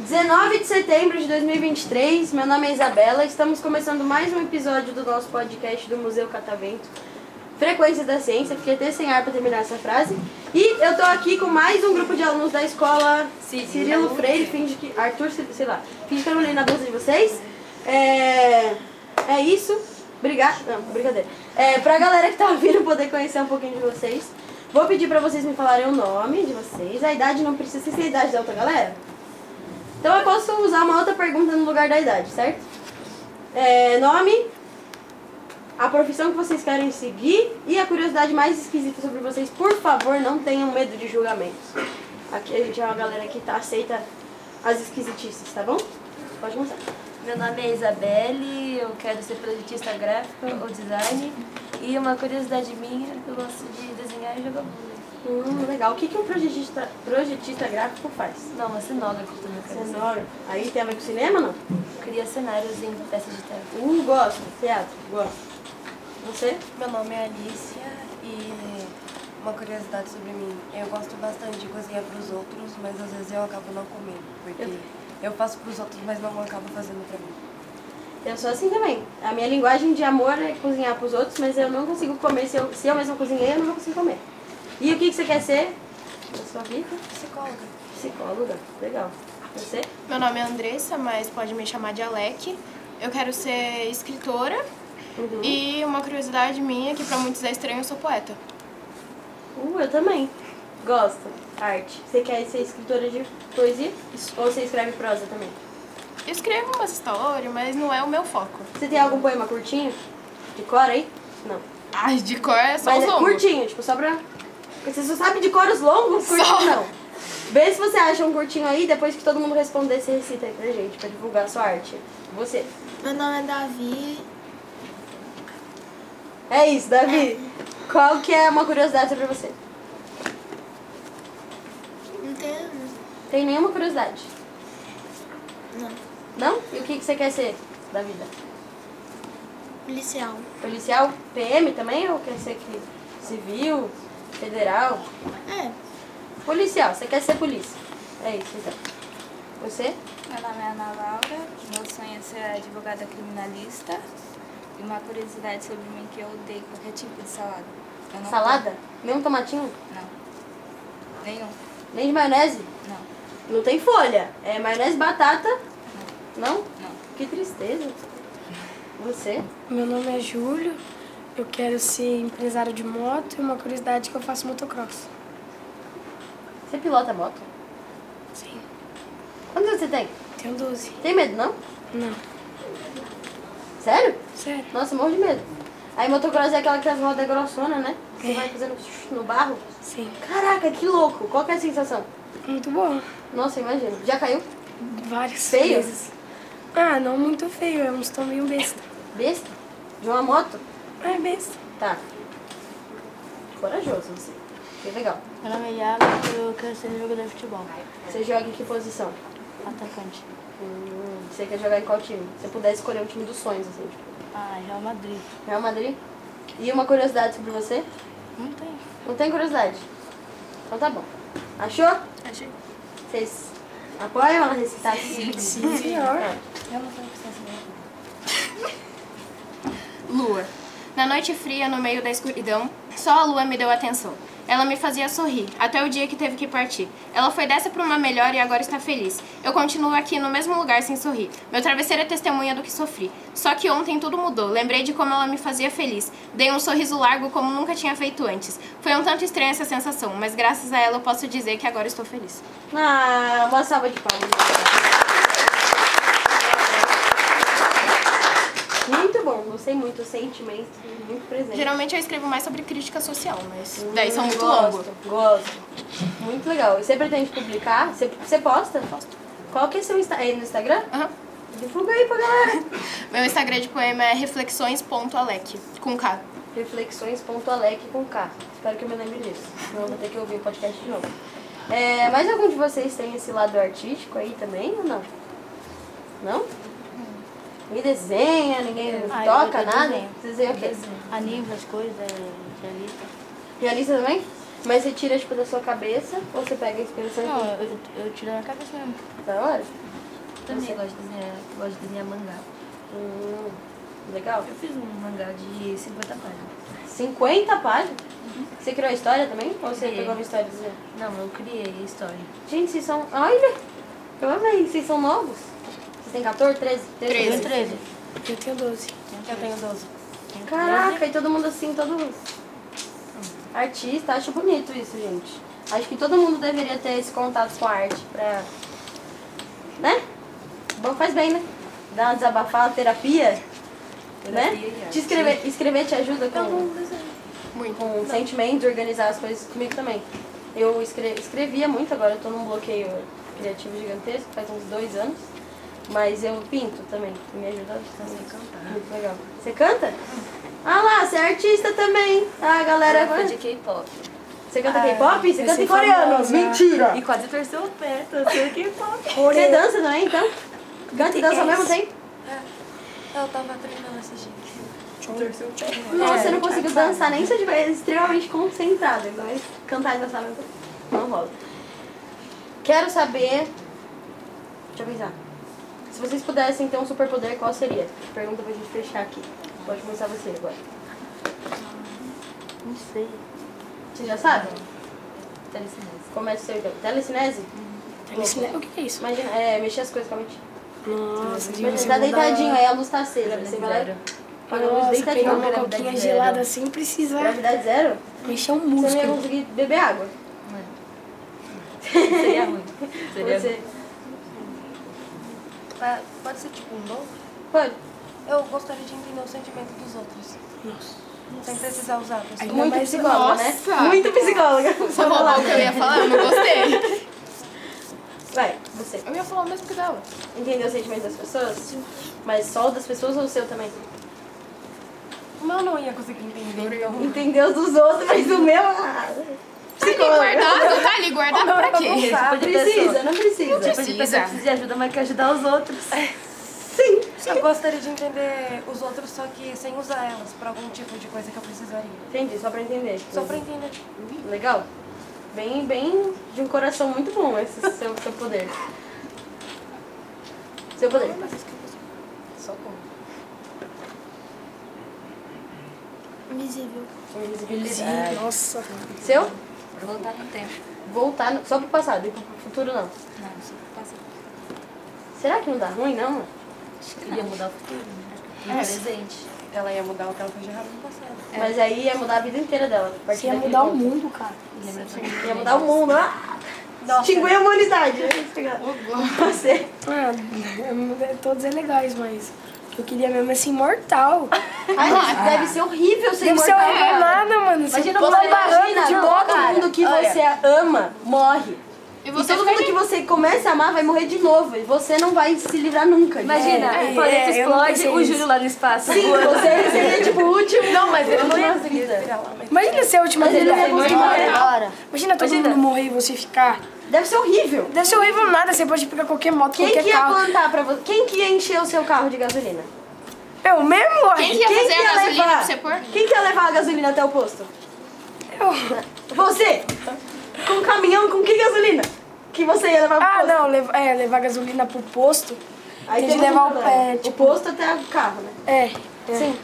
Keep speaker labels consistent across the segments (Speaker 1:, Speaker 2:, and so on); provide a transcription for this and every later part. Speaker 1: 19 de setembro de 2023, meu nome é Isabela, estamos começando mais um episódio do nosso podcast do Museu Catavento, Frequência da Ciência, fiquei até sem ar para terminar essa frase, e eu tô aqui com mais um grupo de alunos da escola
Speaker 2: Cirilo.
Speaker 1: Cirilo Freire, finge que, Arthur, Cirilo, sei lá, finge que eu não li na bolsa de vocês, é, é isso, obrigada, não, brincadeira, é, pra galera que tá ouvindo poder conhecer um pouquinho de vocês, vou pedir pra vocês me falarem o nome de vocês, a idade não precisa, vocês têm a idade da outra galera? Então eu posso usar uma outra pergunta no lugar da idade, certo? É, nome, a profissão que vocês querem seguir e a curiosidade mais esquisita sobre vocês. Por favor, não tenham medo de julgamentos. Aqui a gente é uma galera que tá, aceita as esquisitices, tá bom? Pode começar.
Speaker 2: Meu nome é Isabelle, eu quero ser projetista gráfica ou design. E uma curiosidade minha, eu gosto de desenhar e jogar vôlei.
Speaker 1: Hum, legal. O que, que um projetista, projetista gráfico faz?
Speaker 2: Não, uma cenógrafa também eu quero ser.
Speaker 1: Sonoro. Aí tem a ver com cinema, não?
Speaker 2: Eu Cria cenários em peças de teatro.
Speaker 1: Uh, gosto. Teatro, gosto. Você?
Speaker 3: Meu nome é Alicia e uma curiosidade sobre mim. Eu gosto bastante de cozinhar para os outros, mas às vezes eu acabo não comendo, porque eu faço para os outros, mas não acabo fazendo para mim.
Speaker 1: Eu sou assim também. A minha linguagem de amor é cozinhar pros outros, mas eu não consigo comer. Se eu, se eu mesma cozinhei, eu não vou conseguir comer. E o que, que você quer ser? Na sua vida?
Speaker 3: Psicóloga.
Speaker 1: Psicóloga. Legal. Você?
Speaker 4: Meu nome é Andressa, mas pode me chamar de Alec. Eu quero ser escritora e uma curiosidade minha, que pra muitos é estranho, eu sou poeta.
Speaker 1: Uh, eu também. Gosto. Arte. Você quer ser escritora de poesia? Ou você escreve prosa também?
Speaker 4: Eu escrevo umas histórias, mas não é o meu foco.
Speaker 1: Você tem algum poema curtinho? De cor aí? Não.
Speaker 4: Ai, de cor é só
Speaker 1: Mas
Speaker 4: os
Speaker 1: é
Speaker 4: longos.
Speaker 1: curtinho, tipo, só pra. Porque Você só sabe de cor os longos? Curtinho não. Vê se você acha um curtinho aí, depois que todo mundo responder, você recita aí pra gente, pra divulgar a sua arte. Você.
Speaker 5: Meu nome é Davi.
Speaker 1: É isso, Davi. Qual que é uma curiosidade sobre você?
Speaker 5: Não tem.
Speaker 1: Tem nenhuma curiosidade?
Speaker 5: Não.
Speaker 1: Não? E o que, que você quer ser da vida?
Speaker 5: Policial.
Speaker 1: Policial? PM também? Ou quer ser que civil? Federal?
Speaker 5: É.
Speaker 1: Policial, você quer ser polícia. É isso, então. Você?
Speaker 6: Meu nome é Ana Laura, meu sonho é ser advogada criminalista. E uma curiosidade sobre mim que eu odeio qualquer tipo de salada. Eu não
Speaker 1: Salada? Nem um tomatinho?
Speaker 6: como- Não. Nenhum.
Speaker 1: Nem de maionese?
Speaker 6: Não.
Speaker 1: Não tem folha. É maionese batata. Não? Que tristeza. Você?
Speaker 7: Meu nome é Júlio, eu quero ser empresário de moto e uma curiosidade é que eu faço motocross.
Speaker 1: Você pilota moto?
Speaker 7: Sim.
Speaker 1: Quantos anos você tem?
Speaker 7: Tenho 12.
Speaker 1: Tem medo, não?
Speaker 7: Não.
Speaker 1: Sério?
Speaker 7: Sério?
Speaker 1: Nossa, eu morro de medo. Aí motocross é aquela que tem as rodas grossona, né? Você vai fazendo no barro.
Speaker 7: Sim.
Speaker 1: Caraca, que louco. Qual que é a sensação?
Speaker 7: Muito bom.
Speaker 1: Nossa, imagina. Já caiu?
Speaker 7: Várias
Speaker 1: Feio?
Speaker 7: vezes. Ah, não muito feio, é um tombinho besta.
Speaker 1: Besta? De uma moto?
Speaker 7: É besta.
Speaker 1: Tá. Corajoso você. Que legal.
Speaker 2: Meu nome é Iago, eu quero ser jogador de futebol.
Speaker 1: Você joga em que posição?
Speaker 2: Atacante.
Speaker 1: Hum, você quer jogar em qual time? Se você puder escolher um time dos sonhos, assim. tipo,
Speaker 2: Ah, Real Madrid.
Speaker 1: Real Madrid? E uma curiosidade sobre você?
Speaker 2: Não tem.
Speaker 1: Não tem curiosidade? Então tá bom. Achou?
Speaker 4: Achei.
Speaker 1: Vocês apoiam ela recitar aqui?
Speaker 7: Sim, senhor.
Speaker 4: Lua. Na noite fria, no meio da escuridão, só a lua me deu atenção. Ela me fazia sorrir, até o dia que teve que partir. Ela foi dessa para uma melhor e agora está feliz. Eu continuo aqui no mesmo lugar sem sorrir. Meu travesseiro é testemunha do que sofri. Só que ontem tudo mudou. Lembrei de como ela me fazia feliz. Dei um sorriso largo como nunca tinha feito antes. Foi um tanto estranha essa sensação, mas graças a ela eu posso dizer que agora estou feliz.
Speaker 1: Ah, uma salva de palmas. Muito bom, gostei muito, o sentimento muito presente.
Speaker 4: Geralmente eu escrevo mais sobre crítica social, mas daí são
Speaker 1: Hum,
Speaker 4: muito
Speaker 1: gosto,
Speaker 4: longos.
Speaker 1: Gosto. Muito legal. E você pretende publicar? Você, você posta? Posto. Qual que é seu Insta é no Instagram?
Speaker 4: Aham.
Speaker 1: Divulga aí pra galera.
Speaker 4: Meu Instagram de poema é reflexões.alec, com K.
Speaker 1: Reflexões.alec com K. Espero que eu me lembre disso. Senão eu vou ter que ouvir o podcast de novo. É, mas algum de vocês tem esse lado artístico aí também ou não? Não? Ninguém desenha, ninguém
Speaker 6: Hum. Ah, eu-
Speaker 1: toca,
Speaker 6: eu
Speaker 1: nada.
Speaker 6: desenho.
Speaker 1: Desenha o quê?
Speaker 6: Anima as coisas, é, realista.
Speaker 1: Realista também? Mas você tira, tipo, da sua cabeça ou você pega a inspiração
Speaker 6: Não,
Speaker 1: e
Speaker 6: eu, eu, eu tiro na cabeça mesmo.
Speaker 1: da hora?
Speaker 2: Também gosto de desenhar, gosto de desenhar mangá.
Speaker 1: Hum, legal.
Speaker 2: Eu fiz um mangá de 50 páginas.
Speaker 1: 50 páginas? Você criou a história também? Ou você
Speaker 2: Criei.
Speaker 1: pegou uma história e desenhou?
Speaker 2: Não, eu criei a história.
Speaker 1: Gente, vocês são... Olha! Eu amei. Vocês são novos? Vocês têm 14, 13?
Speaker 4: 13.
Speaker 1: 13.
Speaker 7: Eu tenho 12.
Speaker 3: Eu tenho 12.
Speaker 1: Caraca, e todo mundo assim, todo mundo. Artista, acho bonito isso, gente. Acho que todo mundo deveria ter esse contato com a arte pra. Né? Bom, faz bem, né? Dar uma desabafada, terapia. Né? Te escrever, escrever te ajuda com,
Speaker 4: Muito.
Speaker 1: com sentimentos, organizar as coisas comigo também. Eu escre- escrevia muito, agora eu tô num bloqueio criativo gigantesco, faz uns dois anos. Mas eu pinto também, que me
Speaker 7: Tá,
Speaker 1: ajuda bastante. Muito legal. Você canta? Ah lá, você é artista também. Ah, galera.
Speaker 2: Era de K-pop.
Speaker 1: Você canta K-pop? Você
Speaker 7: Ah, eu
Speaker 1: canta em
Speaker 7: sou
Speaker 1: coreano?
Speaker 7: famosa.
Speaker 1: Mentira!
Speaker 2: E quase torceu o pé, torceu K-pop.
Speaker 1: Você dança também, então? Canta e dança ao mesmo tempo?
Speaker 3: Eu tava treinando esse dia.
Speaker 6: É.
Speaker 1: Nossa, Então você não conseguiu dançar nem se eu estiver extremamente concentrada. Mas cantar e dançar ao mesmo tempo, não rola. Quero saber. Deixa eu pensar. Se vocês pudessem ter um superpoder, qual seria? Pergunta pra gente fechar aqui. Pode começar você agora.
Speaker 6: Não sei.
Speaker 1: Você já sabe?
Speaker 2: Telecinese.
Speaker 1: Começa o seu então. Telecinese?
Speaker 7: Telecine- O que que é isso?
Speaker 1: Imagina, é, mexer as coisas com a mente.
Speaker 7: Nossa, de
Speaker 1: Mas tá deitadinho, aí a luz tá acesa. Você vai lá
Speaker 2: Zero.
Speaker 1: e paga a luz
Speaker 7: Nossa, pegar
Speaker 1: deitadinho.
Speaker 7: uma
Speaker 2: gravidade zero.
Speaker 7: coquinha gelada assim precisa
Speaker 1: Gravidade zero?
Speaker 7: mexer um
Speaker 1: Você não ia
Speaker 7: músculo.
Speaker 1: conseguir beber água.
Speaker 2: Seria ruim. Seria ruim.
Speaker 1: Você...
Speaker 3: Pa- Pode ser tipo um dom?
Speaker 1: Pode.
Speaker 3: Eu gostaria de entender o sentimento dos outros. Sem precisar usar a pessoa.
Speaker 7: Ainda
Speaker 1: Muito
Speaker 7: mais-
Speaker 1: psicóloga,
Speaker 4: Nossa.
Speaker 1: é né? Muito psicóloga.
Speaker 4: Só falar o que eu ia falar, eu não gostei.
Speaker 1: Vai, você.
Speaker 4: Eu ia falar o mesmo que dela.
Speaker 1: Entendeu o sentimento das pessoas? Mas só o das pessoas ou o seu também?
Speaker 3: Mas eu não ia conseguir entender, então.
Speaker 1: Entendeu os dos outros, mas o meu... ah,
Speaker 4: Tá ali guardado, tá ali guardado pra quê?
Speaker 1: Não precisa, não precisa.
Speaker 2: Depois de pessoa que precisa de ajuda, mas quer ajudar os outros.
Speaker 1: Sim.
Speaker 3: Eu gostaria de entender os outros, só que sem usar elas, pra algum tipo de coisa que eu precisaria.
Speaker 1: Entendi, só pra entender.
Speaker 3: Só pra entender.
Speaker 1: Legal. Bem, bem de um coração muito bom esse seu, seu poder. Seu poder. Só como?
Speaker 5: Invisível.
Speaker 1: Invisibilidade.
Speaker 7: Nossa.
Speaker 1: Seu?
Speaker 6: Voltar no tempo.
Speaker 1: Voltar no- só pro passado e pro futuro não.
Speaker 6: Não, só passa.
Speaker 1: Será que não dá ruim, não?
Speaker 2: Ia mudar o futuro. né? E o presente.
Speaker 3: É. Ela ia mudar o que ela fez de errado no passado.
Speaker 1: Mas aí ia mudar a vida inteira dela. a partir
Speaker 7: Você ia
Speaker 1: daquele
Speaker 7: mudar o
Speaker 1: ponto.
Speaker 7: mundo, cara.
Speaker 2: Lembra
Speaker 1: Ia mudar o mundo. Ah! Extinguir a humanidade. Você.
Speaker 7: Ah, eu mudei- todos é legais, mas o que eu queria mesmo é ser imortal.
Speaker 1: Ai, gente, deve ser horrível ser
Speaker 7: Ah. Deve ser
Speaker 1: Ah, imortal.
Speaker 7: horrível nada, mano. Você
Speaker 1: Imagina,
Speaker 7: pula
Speaker 1: você imagina
Speaker 7: barranco de bola.
Speaker 1: todo mundo que você ama morre.
Speaker 4: E
Speaker 1: E
Speaker 4: você
Speaker 1: todo mundo que você começa a amar vai morrer de novo. E você não vai se livrar nunca.
Speaker 2: Imagina,
Speaker 7: É,
Speaker 2: o planeta
Speaker 7: é, eu não
Speaker 2: explode,
Speaker 7: pensei
Speaker 2: o
Speaker 7: nisso.
Speaker 2: Júlio lá no espaço.
Speaker 1: Sim,
Speaker 2: voando.
Speaker 1: você seria tipo o último. Não, é mas
Speaker 3: Eu não ia
Speaker 1: ia
Speaker 3: conseguir respirar lá, mas
Speaker 7: Imagina ser a última
Speaker 1: Mas ele não ia
Speaker 7: habilidade.
Speaker 1: conseguir morrer.
Speaker 7: Imagina todo mundo morrer e você ficar.
Speaker 1: Deve ser horrível.
Speaker 7: Deve ser horrível nada, você pode pegar qualquer moto,
Speaker 1: Quem
Speaker 7: qualquer
Speaker 1: que é ia
Speaker 7: carro.
Speaker 1: plantar pra você? Quem que ia encher o seu carro de gasolina?
Speaker 7: Eu mesmo, ué.
Speaker 4: Quem que ia
Speaker 1: Quem
Speaker 4: fazer
Speaker 1: que
Speaker 4: a
Speaker 1: ia
Speaker 4: gasolina
Speaker 1: levar?
Speaker 4: pra você pôr?
Speaker 1: Quem que ia levar a gasolina até o posto? é? Você! Com um caminhão, com que gasolina? Que você ia levar pro
Speaker 7: Ah,
Speaker 1: posto?
Speaker 7: não, levar, é, levar gasolina pro posto.
Speaker 1: Aí
Speaker 7: tem
Speaker 1: tem
Speaker 7: de levar o
Speaker 1: o,
Speaker 7: pé,
Speaker 1: o
Speaker 7: tipo-
Speaker 1: posto até o carro, né?
Speaker 7: É.
Speaker 1: Sim.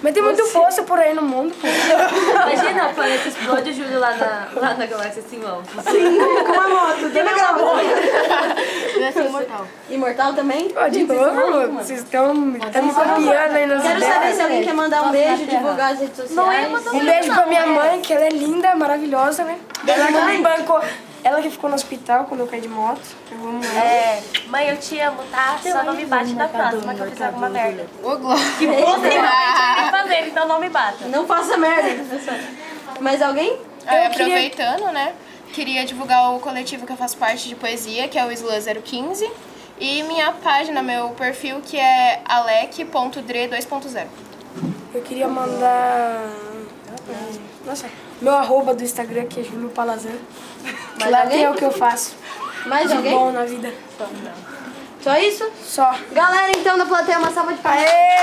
Speaker 7: Mas tem muito posto por aí no mundo. pô.
Speaker 2: Imagina, o planeta explode, o Júlio lá na, lá na galáxia assim, ó.
Speaker 1: Sim, com uma moto, dentro daquela moto.
Speaker 4: Eu ia ser imortal.
Speaker 1: Imortal também?
Speaker 7: Ó, Ah, de
Speaker 1: Gente, vocês
Speaker 7: novo,
Speaker 1: são malucos,
Speaker 7: mano.
Speaker 1: mano.
Speaker 7: Vocês estão me tão me copiando aí nas
Speaker 1: Quero
Speaker 7: ideias.
Speaker 1: saber se alguém quer mandar um beijo, divulgar as redes sociais.
Speaker 7: Um beijo pra minha mãe, que ela é linda, maravilhosa, né? Ela que me bancou. Ela que ficou no hospital quando eu caí de moto. Eu amo ela.
Speaker 2: É, mãe, eu te amo, tá? Só não me bate na próxima que eu fizer alguma merda.
Speaker 4: Ô, Glória.
Speaker 2: Tem que fazer, então não me bata.
Speaker 1: Não faça merda, professor. Mais alguém?
Speaker 4: É, aproveitando, né? Queria divulgar o coletivo que eu faço parte de poesia, que é o Slam 015. E minha página, meu perfil, que é alec.dre 2.0.
Speaker 7: Eu queria mandar. hum, Nossa, meu arroba do Instagram, que é Júlio Palazan. Que
Speaker 1: Mais
Speaker 7: lá
Speaker 1: alguém?
Speaker 7: tem o que eu faço.
Speaker 1: Mais
Speaker 7: De
Speaker 1: alguém?
Speaker 7: bom na vida.
Speaker 1: Só isso?
Speaker 7: Só.
Speaker 1: Galera, então, da plateia, uma salva de palmas.
Speaker 7: Aê!